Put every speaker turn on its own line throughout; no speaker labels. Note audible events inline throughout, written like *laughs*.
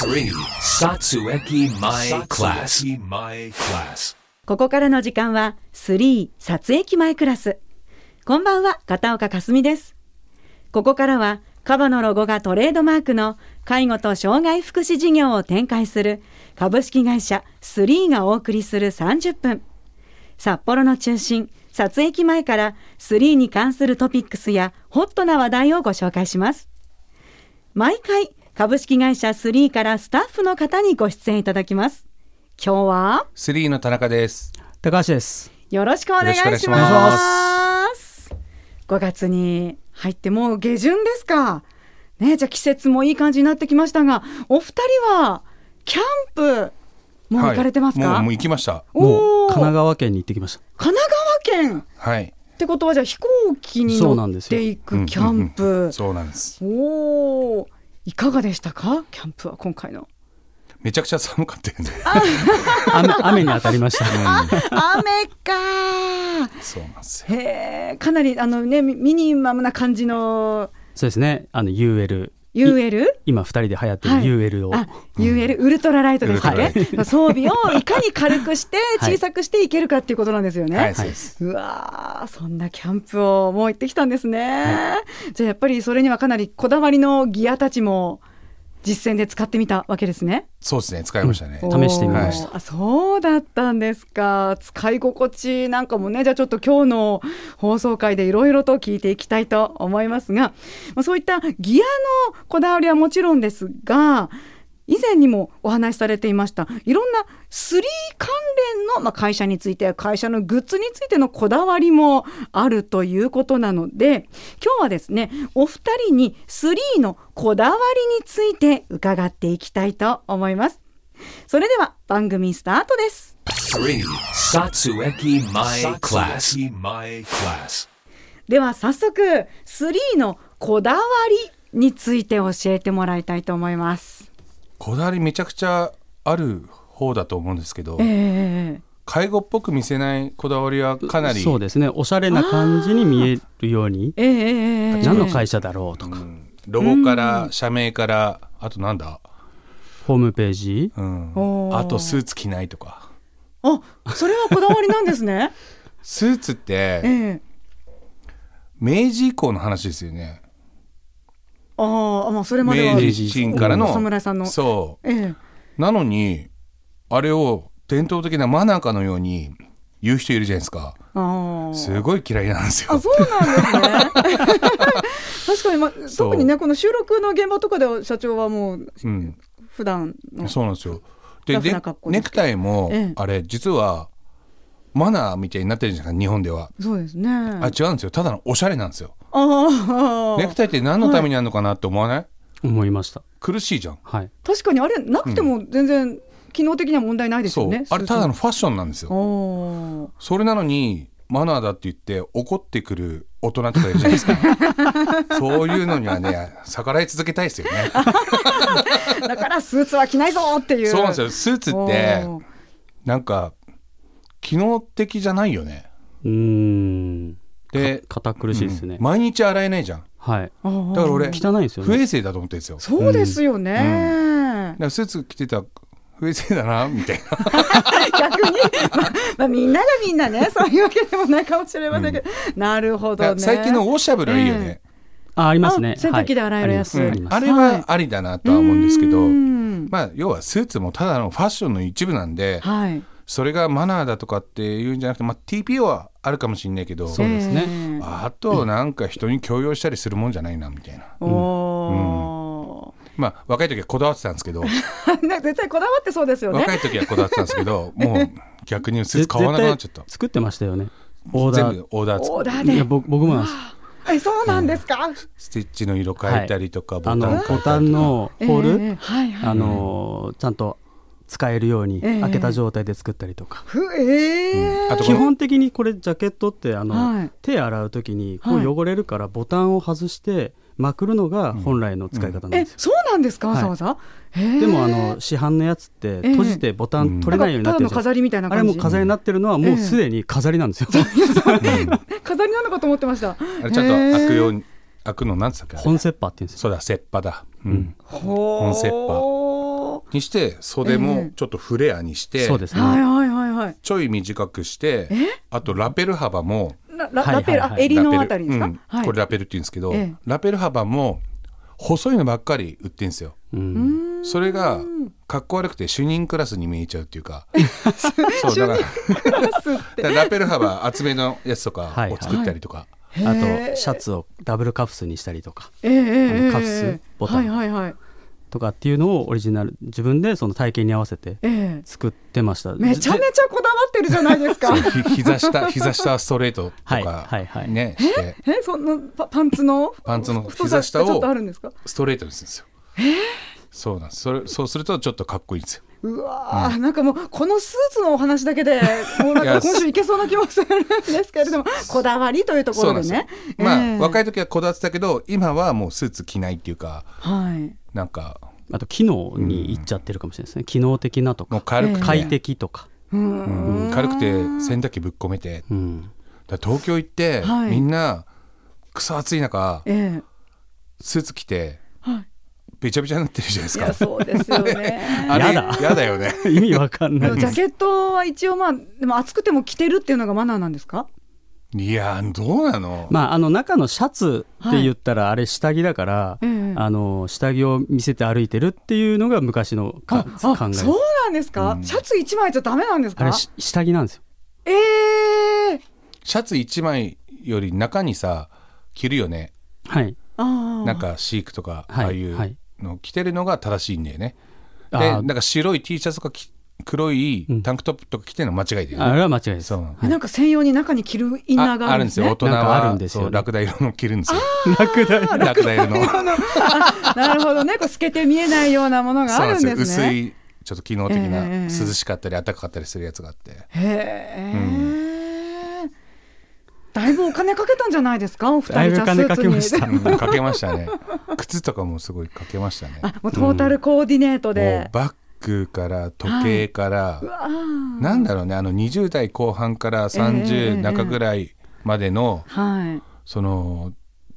Three Satsueki My Class. My Class.
ここからの時間は3撮影前クラス。こんばんは、片岡かすみです。ここからは、カバのロゴがトレードマークの介護と障害福祉事業を展開する株式会社3がお送りする30分。札幌の中心、撮影前から3に関するトピックスやホットな話題をご紹介します。毎回、株式会社3からスタッフの方にご出演いただきます。今日は、
スリーの田中です。
高橋です。
よろしくお願いします。
よろしくお願いし
5月に入ってもう下旬ですか。ね、じゃあ季節もいい感じになってきましたが、お二人はキャンプもう行かれてますか。
はいもうもう行きました。
お
も
お
う神奈
神
川県に行ってきました。
奈川県
はい。
ってことはじゃあ飛行機に
そうな
乗
ん
っ
ですよ
ていくキャン
うんうんう
プ
ん。そうなんです。
おお、いかがでしたかキャンプは今回の。
めちゃくちゃ寒かったよね。
雨 *laughs* 雨に当たりました。
雨か。
そうなんですよ。
へえ、かなりあのねミミニマムな感じの
そうですね。あの UL
UL。
今二人で流行ってる
はい
UL を、
あ、UL ウルトラライトですよね
ウル。
装備をいかに軽くして
はい
小さくしていけるかっていうことなんですよね。
はい、そうです。
うわーそんなキャンプをもう行ってきたんですね、じゃあやっぱりそれにはかなりこだわりのギアたちも実践で使ってみたわけですね
そうですね。使いましたね。
うん試してみました
おーあそうだったんですか使い心地なんかもねじゃあちょっと今日の放送回でいろいろと聞いていきたいと思いますがまあそういったギアのこだわりはもちろんですが以前にもお話しされていましたいろんなスリー関連の、まあ、会社についてや会社のグッズについてのこだわりもあるということなので今日はですねお二人にスリーのこだわりについて伺っていきたいと思います。それでは番組スタートです。
Three Satsueki My Class. My Class.
では早速3のこだわりについて教えてもらいたいと思います。
こだわりめちゃくちゃある方だと思うんですけど、
え
介護っぽく見せないこだわりはかなり。
そうですね。おしゃれな感じに見えるように
え、ええええ
何の会社だろうとか、
うんロゴから社名から、あとなんだ。
ホームページ、
うん
お。ー
あとスーツ着ないとか。
あそれはこだわりなんです
*laughs*
ね。
スーツっ
え
て
え
明治以降の話ですよね。
ああまあそれまでは
明治維新からの。
お侍さんの
そう。
ええ
なのにあれを伝統的なマナーかのように言う人いるじゃないですか
ああ
すごい嫌いなんです
あ
よ
そうなん
*laughs*
ですね。確かに、まあ、
そう
特にねこの収録の現場とかでは社長はもう
うん、
普段の
そうなんですよ
ラ
で
フ
で
な格好です
ネクタイも、
ええ
あれ実はマナーみたいになってるじゃないですか日本では、
そうですね。
あ違うんですよただのおしゃれなんですよ
ああ
ネクタイって何のためにあるのかなって思わない、
思いました。
苦しいじゃん
はい。
確かにあれなくても全然機能的には問題ないです
そ
よ
う
ね。
あれただの
の。
ファッションなんですよ
おー
それなのにマナーだって言って怒ってくる大人とかいるじゃないで
*laughs*
すかそういうのにはね逆らい続けたいですよね
だからスーツは着ないぞっていう。
そうなんですよ。スーツって
おー
なんか機能的じゃないよね。
うーん。
で
か堅苦しいですね。
うん毎日洗えないじゃん。
はい。
あー
だから俺
汚いですよ
不
ね。
衛生だと思ってるんですよ。だか
そうですよね。
らスーツ着てたら不衛生だなみたいな。
逆に、まあまあ、みんながみんな
*laughs*
ね、そういうわけでもないかもしれませんけど、なるほどね。
最近のウォッシャブルいいよね。
あ、ありますね
あ。洗濯機で洗えるやつ
はい
うん
あります。
あ
あります
れはありだなとは思うんですけど
うー、ん
まあ要はスーツもただのファッションの一部なんで、
はい。
それがマナーだとかっていうんじゃなくて、まあ TPO はあるかもしれないけど、
そうですね
えー
あとなんか人に強要したりするもんじゃないなみたいな。
おー
まあ若い時はこだわってたんですけど。
ね絶対こだわってそうですよね
若。い時はこだわってたんですけ
*laughs*
どもう逆にスーツ買わなくなっちゃった
絶対作ってましたよね。オーダー。
全部オーダーつ
オーダー
いや
で。
僕僕もなんです。
え、そうなんですか。
スティッチの色変えたりとか、
あ
ボタン
の
変え
ボ
た
タ
り
ン
とか
のホール、
えーはいはい。
あのーちゃんと使えるように
ええ
開けた状態で作ったりとか、
ふえー
あとこ
基
の
本的にこれジャケットってあの、
はい
手洗う時にこう汚れるからボタンを外してまくるのが本来の使い方なん
え
です、
そうなんですかわざわざ、へー
でもあの市販のやつって
ええ
閉じてボタン取れないようになってる
た
じゃ
だの飾りみたいな
あれ
感じ
もう飾りになってるのはもうすでに飾りなんですよ、
飾りなのかと思ってました
あれちゃんと開くように開くのなんつったっけあれ
本セッパーって言うんですよ
そうだ切羽だ、うん
うん
ほー
本セッパにして袖もちょっとフレアにして、
そうですね、
はいはいはいはい。
ちょい短くしてあとラペル幅も
ララ
はいはいはい
ラペル、あ襟のあたりですか。
ラペルうん
はい。
これラペルって言うんですけど、
ええ
ラペル幅も細いのばっかり売ってんですよ
うん
それがかっこ悪くて主任クラスに見えちゃうっていう
*laughs*
かそうだから
クラスって。
だからラペル幅厚めのやつとか
はい
を作ったりとか、
あ
へえ
とシャツをダブルカフスにしたりとか
ええええ
あのカフスボタン
はいはいはい。
とかっていうのをオリジナル自分でその体型に合わせて
ええ
作ってました
めちゃめ
で
ちゃこだわってるじゃないですか。
ひ膝下膝下ストレートとか、
はいはいはい
ねして
*laughs* えそのパパンツの
パンツの
太
膝下を
ちょっとあるんですか。
ストレートにするんですよ。そうなんですそれそうするとちょっとかっこいいんですよ。
うわー、なんかもうこのスーツのお話だけでもうなんか今週いけそうな気もするんですけれどもこだわりというとこ
そう
ろ
なん
で
です
ね
よ。まあ、
ええ
若い時はこだわってたけど今はもうスーツ着ないっていうか
はい。
なんか
あと機能にいっちゃってるかもしれないですね機能的なと
もう
か
軽くて、
快適とか、 *laughs*
う
うん
ん。
軽くて洗濯機ぶっ込めて
うん、
だから東京行って、
はい
みんなクソ暑い中
ええ
スーツ着て
はい。
べちゃべちゃになってるじゃないです
い
か
や。そうですよね。
*laughs* あれ
やだ
やだよね。
意味わかん
ジ
ないで
ャ
す
ケットは一応まあでも暑くても着てるっていうのがマナーなんですか。
いやーどうなの、
まあ、あの中のシャツって言ったらあれ下着だから、
ええ
あの下着を見せて歩いてるっていうのが昔のか
あ、
考
あ
え
そうなんですか。シャツ一枚じゃダメなんです
あ
か
れ。し下着なんですよ
ええ
シャツ一枚より中にさ着るよね
はい
ああ。
なんかシークとか
はい
ああいう
はい
の着てるのが正しいんだよね。
あ
で
ー
なんか白い T シャツとかき黒い
うん
タンクトップとか着てるのは間違いだよね。
あれは間違いです
そうなん
あなんか専用に中に着るインナーがあるんですね。
大人
なんかある
は
んですよね
そうラクダ色の着るんですよ。
ラクダ
ラクダ色の。
*laughs* なるほどね。こう透けて見えないようなも
*laughs*
のが
そ
あ
うな
るん
んですよ。
です
薄
ね。
いちょっと機能的な
ええええ
涼しかったり暖かかったりするやつがあって。
へえ、だいぶお金かけたんじゃないですか、お二人じゃあ
だいぶ金かけまし
スーツ
た
に。
うんかけましたね。靴とかもすごいかけましたね。も
あ、もうトータルコーディネート
う
で。
バッグから時計から、
あ
なんだろうねあの20代後半か
え
ら
え
30中ぐらいまでの、
あ、はい。
その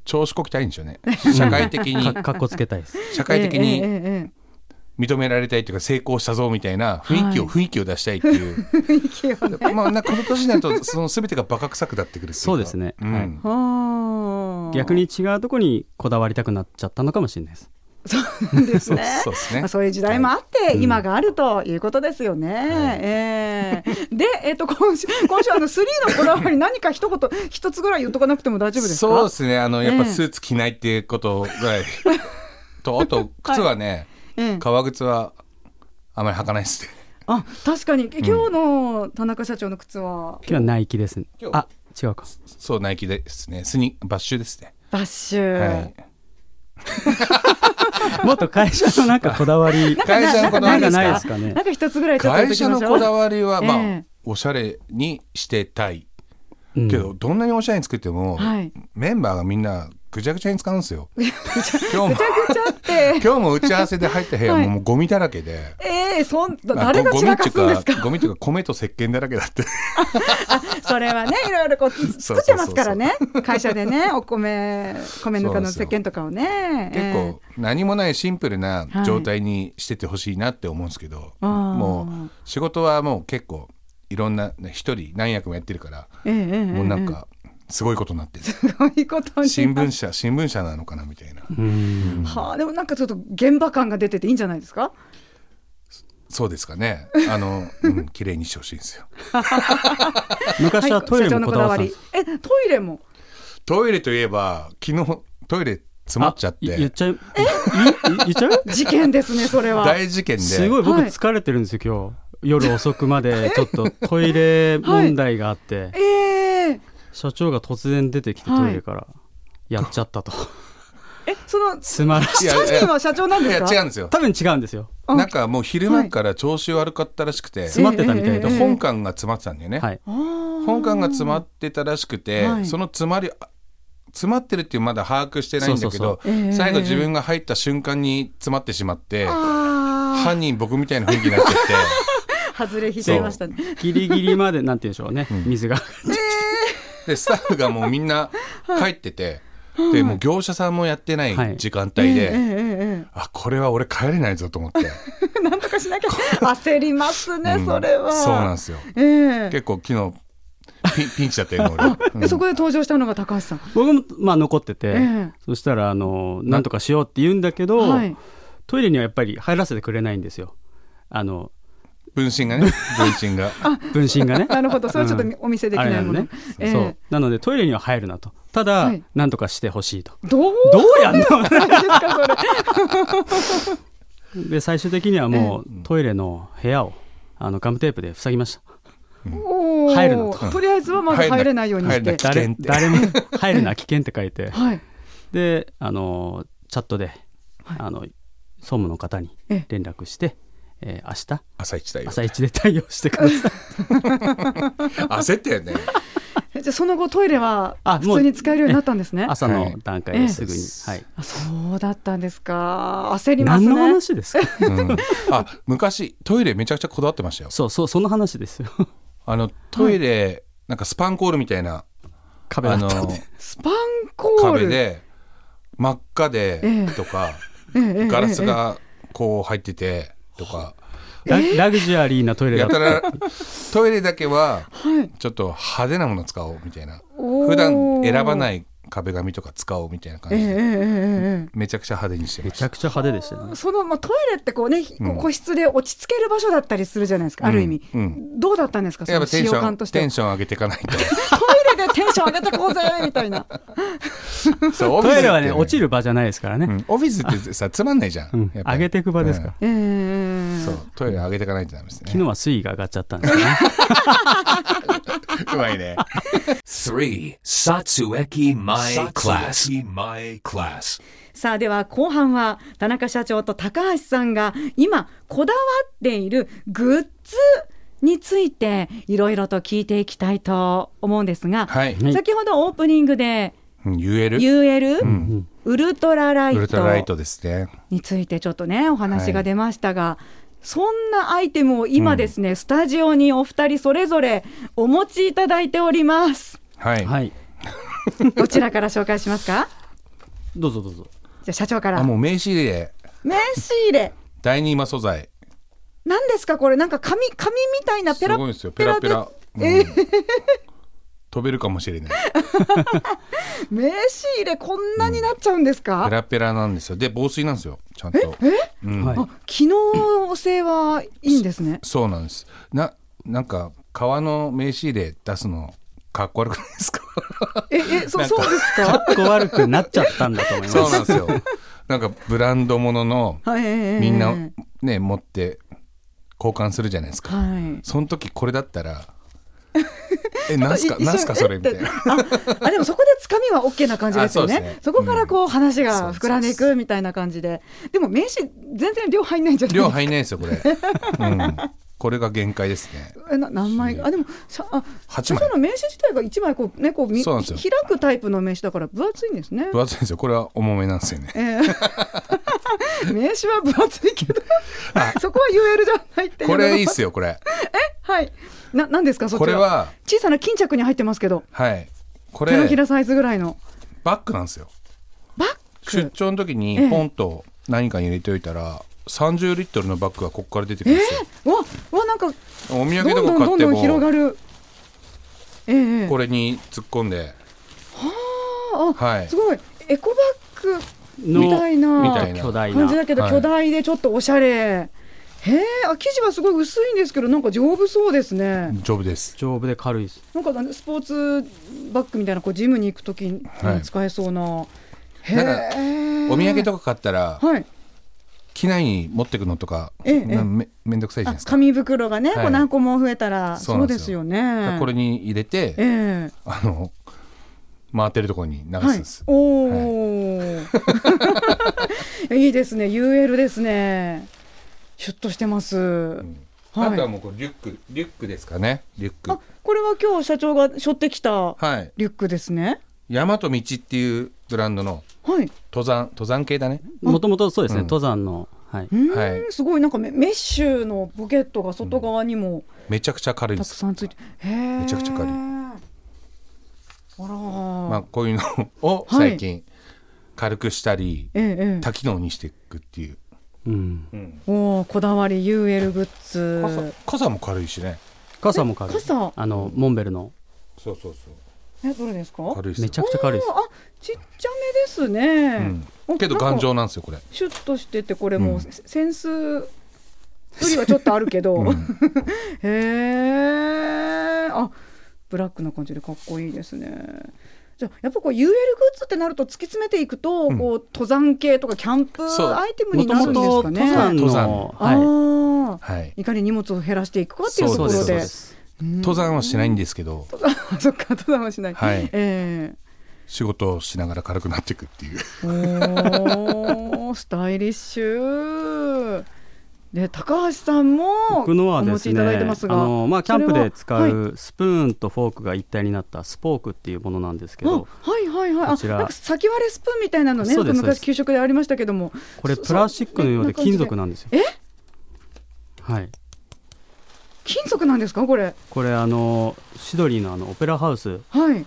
調子こきたいんですよね *laughs* 社会的に
かかっこつけたいです
社会的
えええ
に
ええ
認められたいというか成功したぞみたいな雰囲気を、
は
雰囲気を出したいっていう
え雰囲気をね。
まあなこの年になるとその全てがバカ臭くなってくるっていか
そうですね
ん
は
は
い
あ
逆に違うとこにこだわりたくなっちゃったのかもしれないです
そうなんですね
そうですね
まあ、そういう時代もあって、
い
今があるということですよね。ええで、えっと今週今週あのスリーのこだわり何か一言一つぐらい言っとかなくても大丈夫ですか。
そうですねあのやっぱ
ええ
スーツ着ないっていうことぐらいとあと靴はね、
ええ
革靴はあまり履かないですね
あ確かにえ今日の田中社長の靴は
今日はナイキですね
今日
あ違うか
そうナイキですねスニバッシュですね
バッシュ、
はい
もっと会社の *laughs* なんかこだわり
会社のこだわりで
なん
す
か
か
ないですかね
なんか一つぐらいちょっと言っ
会
とき
社
ま
の
しょ
こ
う
だわりはまあ、
ええ
おしゃれにしてたい
うん
けど、どんなにおしゃれに作っても、
はい
メンバーがみんなぐちゃぐちゃに使うんで
*laughs*
すよ。今日も
ぐちゃぐちゃって
今日も打ち合わせで入った部屋
はい
ももうゴミだらけで。
ええそん
まあ
誰が
ゴ
散ら
ミって
か
いう
すんですか
ゴミっていうか米と石鹸だらけだって。
それはねいろいろこう
そう
作ってますからね会社でねお米米ぬかの
そう
石
ですよ
鹸とかをね
結構何もないシンプルな
はい
状態にしててほしいなって思うんですけど、
あー
もう仕事はもう結構いろんなね一人何役もやってるから、
ええええええ
もうなんかすごいことになってる。
すごいことに
新聞社新聞社なのかなみたいな。
うん
はあでもなんかちょっと現場感が出てていいんじゃないですか
そうですかね。あの、うん、綺麗にしてほしいんですよ。
昔はトイレもこだわってたんですよ
えトイレも
トイレといえば、昨日トイレ詰まっちゃっ、
あい言ってちゃうえ言っちゃう
事件ですねそれは
大事件で。
すごい僕
はい
疲れてるんですよ今日夜遅くまでちょっとトイレ問題があって、
ええ
社長が突然出てきて
はい
トイレからやっちゃったと
えその
つまらない
いや
社員は社長なんですか
いや違うんですよ。
多分違うんですよ
なんかもう昼間から調子悪かったらしくて、
詰まってたみたい
え
で
えええ
本館が詰まってたんだよね。
はい
あー
本館が詰まってたらしくて、
はい
その詰まり、あ詰まってるっていうまだ把握してないんだけど
そうそうそうええ
最後自分が入った瞬間に詰まってしまって、
あ
犯人僕みたいな雰囲気になっち
*laughs*
ゃって。
ー外れ引いちゃいましたね
ギリギリまでなんて言うんでしょうね水が
でスタッフがもうみんな帰ってて、でもう業者さんもやってない時間
え
帯で、
えええええ
あこれは俺帰れないぞと思って
なんとかかしなき
*laughs*
ゃ焦りますね、 *laughs* それは。
そうなんですよ
ええ
結構昨日ピンピンチだったよね俺、うん
でそこで登場したのが高橋さん。
僕もまあ残ってて、
ええ
そしたらあのなんとかしようって言うんだけど、
はい
トイレにはやっぱり入らせてくれないんですよあの
分身がね分身が
分身がね
*laughs* なるほど、それはちょっとみお見せできないもの。
ね
ええ
そうなのでトイレには入るなとただ、
はい
なんとかしてほしいと
どう
どうやんの *laughs*
なんですかそれ。
で最終的にはもう、トイレの部屋をあのガムテープで塞ぎました
おー
入るのと
とりあえずはまず入れないようにし
入れ
て
な。危
誰
険って
誰
*laughs*
も入るな危険って書いて
はい。
であのチャットで、
はい
あの総務の方に
ええ
連絡して、えー明日
朝一だよ
朝一で対応してく
*laughs*
ださい
焦ったよね
えじゃあその後トイレは
あもう
普通に使えるようになったんですね。
朝の段階
は
で
い
すぐに、はい
あそうだったんですか。焦ります
何
ね。
の話ですか
うんあ昔トイレめちゃくちゃこだわってましたよ
そうそうその話ですよ *laughs*
あのトイレ、なんかスパンコールみたいな
壁だったんで
あの
スパンコール。
壁で真っ赤
ええ
でとか、
ええ、ええ
ガラス。
ええ
がこう入っててとか、
ララグジュアリーなトイレだ
や
った
らトイレだけは
はい。
ちょっと派手なもの使おうみたいな
おー
普段選ばない壁紙とか使おうみたいな
え
感
ええ
じ
ええ
で、
ええ
めちゃくちゃ派手にして
め
まし
ちゃ
た
くちゃ派手でしたよ
え
ね
そのまあトイレってこうね、ひ
うん
個室で落ち着ける場所だったりするじゃないですか、ある意味、
うんう
どうだったんですか、そ
やっ
の
ぱテ
使
ンシ
用感と
ョン
して
テ
は
ンション上げていかない
トイレでテンション上げてこうぜみたい
*laughs*
な、
*laughs*
とそう
トイレはね落ち
る、
る場じゃないですから
う
ね、
んオフィスってさつまんないじゃん、
うん
やっぱ
上
り
げていく場ですから、
ええ
うんそうトイレ上げていかないとダメですね
昨日は水位が上がっちゃったんですね
*laughs* うまいね
3. Satsueki My Class. My Class.
さあでは後半は田中社長と高橋さんが今こだわっているグッズについていろいろと聞いていきたいと思うんですが、
はい、
い
先ほどオープニングで
うん言える
UL、
ん
ウルトラライ
ウルトラライ
ト
トですね
についてちょっとねお話が出ましたが、そんなアイテムを今ですね、スタジオにお二人それぞれお持ちいただいており
*laughs*
ます。
はい、
はい
どちらから紹介しますか
どうぞどうぞ
じゃあ社長から
あもう名刺入れ
名刺入れ
第二魔素材
何ですかこれなんか紙紙みたいなペ
す
ラ
ごいですよペラペラ、うん *laughs* 飛べるかもしれない
で名刺入れこんなになっちゃうんですか、
ペラペラなんですよで防水なんですよちゃんとうん
はい
あ機能性はいいんですね
そうなんですななんか革の名刺入れ出すのかっこ悪くないですか *laughs*
ええそそうですか
かっこ悪くなっちゃったんだと思います
そうなんですよなんかブランドものの
はいええええ
みんなね持って交換するじゃないですか
はい
その時これだった *laughs* らえなんすか
一緒に
なんすかそれみたいな
ああでもそこでつかみは OK な感じですよね
あ
そ
そうですね
こからこう話
そ
が
うそう
膨らんでいくみたいな感じででも名刺全然量入んないんじゃないです
量
か
入んないですよこれ、うん、これが限界ですね
えな何枚あでもしゃあ
八枚
社長の名刺自体が一枚こうねこうみ
そうなん
開
ですよ
くタイプの名刺だから分厚いんですね
分厚いんですよこれは重めなんですよね
ええ *laughs* 名刺は分厚いけどそこは UL じゃないっていうの
こ
が
れいいっすよこれ
はいな何ですかそっち
これは
小さな巾着に入ってますけど
はいこ
手の
れ
ひらサイズぐらいの
バッグなんですよ
バッ
出
グ
張の時
ええ
にポンと何かに入れておいたら30リットルのバッグがここから出てくるんですよ、
うわうわなんか
お土
ど
産
ん
と
ど
か
んど
買
ん
っ
どん広が
ても
るええええ
これに突っ込んで
ああ、
はい
すごいエコバッグ
の
みたいな
みたいな
巨大な
感じだけど、
はい
巨大でちょっとおしゃれへえあ生地はすごい薄いんですけどなんか丈夫そうですね
丈夫です
丈夫で軽いです
なんかあのスポーツバッグみたいなこうジムに行くときに
はい
使えそうな、へ
なんか
え
お土産とか買ったら
はい
機内に持ってくのとか、
ええええ
なめめんどくさいじゃ
あ
ないですか
紙袋がね、
はい
こう何個も増えたら
そ
そう
なん
う
で
ですす
よ
よ
だか
ね
らこれに入れて、
ええ
あの回ってるところに流す
は
ん
い
です、、
おお、い、いですね UL ですねシュッとしてます、
あとは
はい
もうこれリュックリュックですかねリュック
あこれは今日社長が背負ってきた
はい
リュックですね
大和道っていうブランドの
はい
登山登山系だね
もともとそうですね、
うん
登山の、はい、
うーん、
はい
すごいなんかメメッシュのポケットが外側にも
めちゃくちゃ軽いで
たく
す
さんついて、へえ
めちゃくちゃ軽い
あらー、
まあ、こういうのを
はい
最近軽くしたり、
ええええ
多機能にしていくっていう
うん、
うん
おおこだわり UL グッズ
傘傘も軽いしね
傘も軽い
え傘
あのモンベルの
そうそうそ
えどれですか
う軽いし
めちゃくちゃ軽いです
おーあちっちゃめですね、
うん、けど頑丈
な
なんですよこれ
シュッとしててこれもう、
うん
センスよりはちょっとあるけど、 *laughs*
う
へ
ん
えあブラックな感じでかっこいいですねじゃあやっぱこう UL グッズってなると突き詰めていくと、
うん
こう登山系とかキャンプ
そう
アイテム
も
に
と
なる
も
んで
と
すか
登
ね
山
登山
の、は
ああ
はい
いかに荷物を減らしていくかっていうところ
そう
で
ですそうです
うん
登山はしないんですけど、
あ *laughs* そっか登山はしない、
はい
え
仕事をしながら軽くなっていくっていう
えおースタイリッシュで高橋さんも
僕のは
お
で
持
す
ち
ね
いただいてますが
あのまあキャンプで使
それは
うスプーンとフォークが一体になったスポークっていうものなんですけ
あ
ど、
はいはいはいあ
こちら
なんか先割れスプーンみたいなのね
そうです
昔
そうです
給食でありましたけども
これプラスチックのようで金属なんですよ。
え
はい、
金属なんですかこれ
これあのシドニーのあのオペラハウス
はい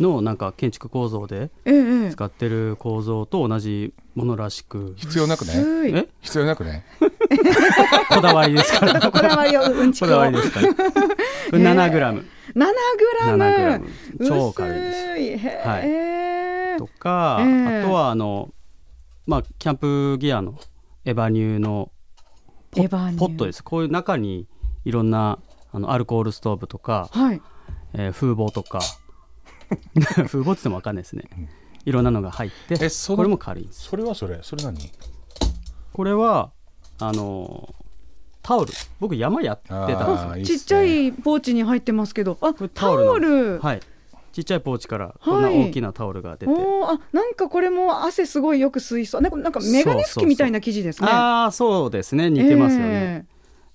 のなんか建築構造で
ええええ
使ってる構造と同じものらしく、
必要なくね
薄い
え
必要なくね
こだわりですから
こだわりをうんちく
こ
を
だわりです
*laughs*
からこれ7グラム
7グ
7グ
ラ
ラ
ム
ム超軽いです
薄いへえ、
とか、
ええ
あとはあのまあキャンプギアのエバニューのポ
エバニュー
ポットですこういう中にいろんなあのアルコールストーブとか、
はい
えー風防
*laughs*
とか風防って言ってもわかんないですねいろんなのが入って
えその
これも軽いんです
それはそれそれ何
これはあのータオル僕山やってたんですよ
あーいいっ
ち
すね
っちゃいポーチに入ってますけどあ
これ
タオル
のはい、ちっちゃいポーチから
い
こんな大きなタオルが出て、
おーあなんかこれも汗すごいよく吸いそうなんかなんかメガネ拭きみたいな生地ですね
ああそうですね似てますよ
え
ね、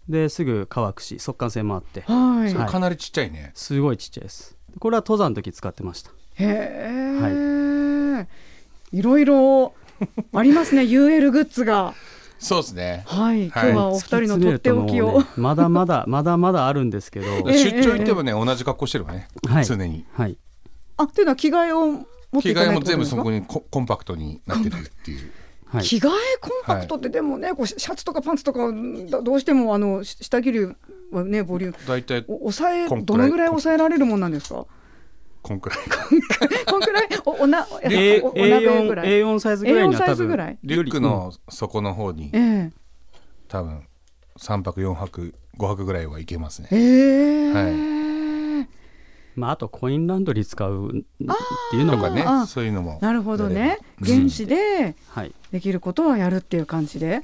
ですぐ乾くし速乾性もあって
えはい、
それかなりちっちゃいね、
すごいちっちゃいですこれは登山の時使ってました
へえ、い、ろいろありますね UL グッズが
そうですね
はい今日
はい
はお二人のとっておき
突
を
き詰めるともうねまだまだまだまだあるんですけど、
ええ
出張行ってもね、同じ格好してるわね、
はい
常に
はい
あというのは着替えを持っ
着
ていか
替え
ない
も
ってこと
全
で
部
す
そ
か
こにココンパクトになってるっていう
はい
着替えコンパクトってでもね、こうシャツとかパンツとかだどうしてもあのし下着類はねボリューム
大体
お抑え
こんく
ど
らい
のぐらい抑えられるもんなんですか
こんくらい
こんくらいおおなお
え
お鍋ぐ
A4,
らい。
A4 サイズぐらいには
A4 サ
多
イズぐらい
分
リュックの底の方に
ええ
多分3泊4泊5泊ぐらいはいけますね
ええ
まあ、あとコインランドリー使うっていうの
と
が
かね
あー
そういうのも
なるほどね
やれば
現地で
はい、
できることはやるっていう感じで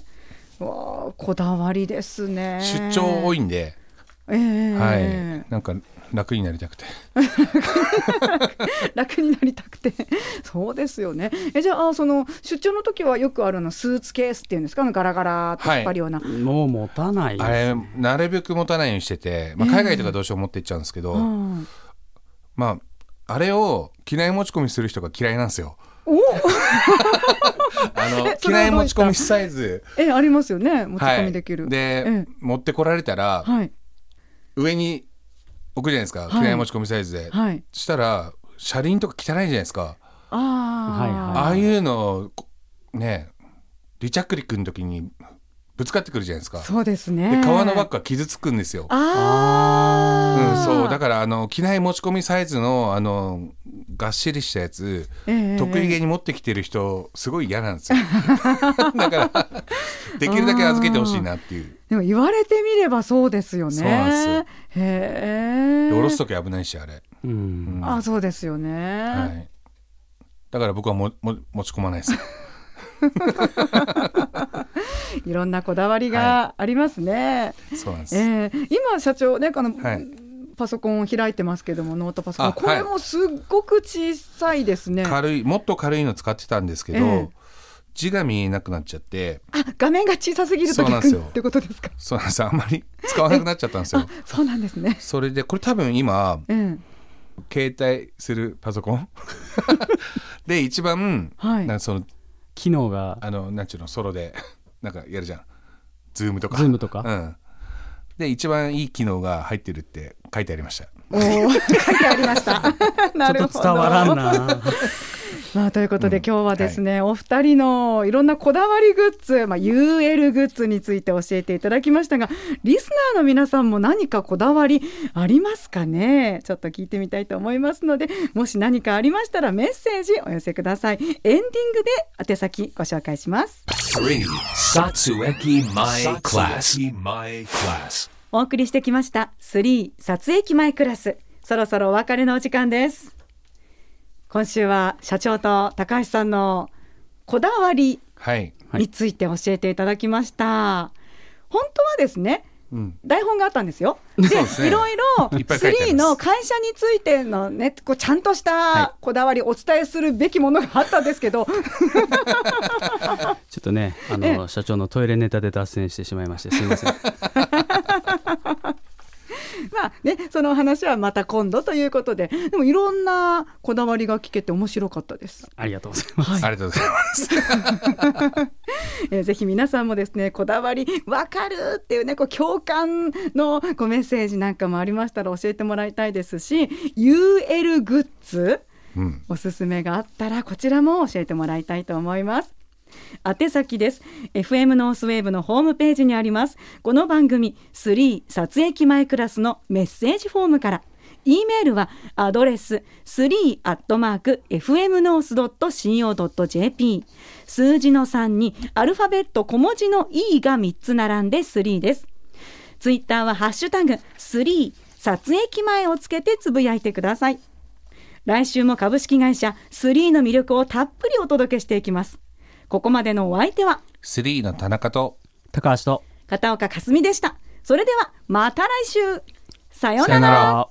わあこだわりですね
出張多いんで、
ええ
はいなんか楽になりたくて
楽になりたくて *laughs* そうですよねえじゃあその出張の時はよくあるのスーツケースっていうんですかあのガラガラっと引っ張るような、
もう持たない
あれなるべく持たないようにしてて、まあ、海外とかどうしよう持ってっちゃうんですけど、
うん
まああれを機内持ち込みする人が嫌いなんですよ
*laughs* おそれはどういった
あの機内持ち込みサイズ
えありますよね持ち込みできる、
はい、で、
ええ
持ってこられたら
はい
上に置くじゃないですか、
い
機内持ち込みサイズで、
はい
したら車輪とか汚いじゃないですか、
あ
はい
ああいうのこね離着陸の時にぶつかってくるじゃないですか
あそうです
で
ね
革のバッグは傷つくんですよ、う
ああ、
ん、そうだからあの機内持ち込みサイズのあのがっしりしたやつ、
ええ
得意げに持ってきてる人すごい嫌なんです
*laughs*
よだからできるだけ預けてほしいなっていう
でも言われてみればそうですよね。
そうなんですよ
へえ。
で下ろす時危ないしあれ、
うん
うん
あ、そうですよね。
はい、だから僕はもも持ち込まないです
い、ろんなこだわりがありますね。
そうなんです、
ええ今社長ね、あの、
はい
パソコンを開いてますけども、ノートパソコン。
あ
これ
はい
もすっごく小さいですね。あ、
軽いもっと軽いの使ってたんですけど、
ええ
字が見えなくなっちゃって
画面が小さすぎると
そうなんですよ
逆ってこと
*laughs*
ですか。
そうなんですあんまり使わなくなっちゃったんですよ
あ、そうなんですね。
それでこれ多分今
え
*laughs*
え
携帯するパソコン *laughs* で一番、
はい
なんかその
機能が
あのなんちゅうのソロで *laughs* なんかやるじゃんズームとか
ズームとか
うんで一番いい機能が入ってるって書いてありました
*laughs*
*laughs*
おお、書いてありました。
ちょ
なる
っ
ほ *laughs*
と
ど。
伝わらんな
まあ、ということで、今日はですね、お二人のいろんなこだわりグッズ、まあ、UL グッズについて教えていただきましたがリスナーの皆さんも何かこだわりありますかねちょっと聞いてみたいと思いますのでもし何かありましたらメッセージお寄せくださいエンディングで宛先ご紹介します
3. Satsueki My Class. My Class.
お送りしてきました3撮影機前クラスそろそろお別れのお時間です今週は社長と高橋さんのこだわり
はい、
はい
について教えていただきました、本当はですね
うん、
台本があったんですよ。で、
そうですね
いろいろ
いっぱい書いてあ
3
ります
の会社についてのね、こうちゃんとしたこだわりお伝えするべきものがあったんですけど、 *laughs*
ちょっとねあ
え
の社長のトイレネタで脱線してしまいましてすいません
*laughs* まあね、その話はまた今度ということで、でもいろんなこだわりが聞けて面白かったです。
ありがとうございます
ありがとうございます。
えーぜひ皆さんもですねこだわりわかるっていうねこう共感のこうメッセージなんかもありましたら教えてもらいたいですし UL グッズ
うん、
おすすめがあったらこちらも教えてもらいたいと思います宛先です FM ノースウェーブのホームページにありますこの番組3撮影機前クラスのメッセージフォームから E メールはアドレス3アットマーク fmnorth.co.jp 数字の3にアルファベット小文字の E が3つ並んで3ですツイッターはハッシュタグ3撮影機前をつけてつぶやいてください来週も株式会社3の魅力をたっぷりお届けしていきますここまでのお相手は
スリーの田中と。
高橋と
片岡かすみでしたそれではまた来週さよう
さよ
な
な
ら
ら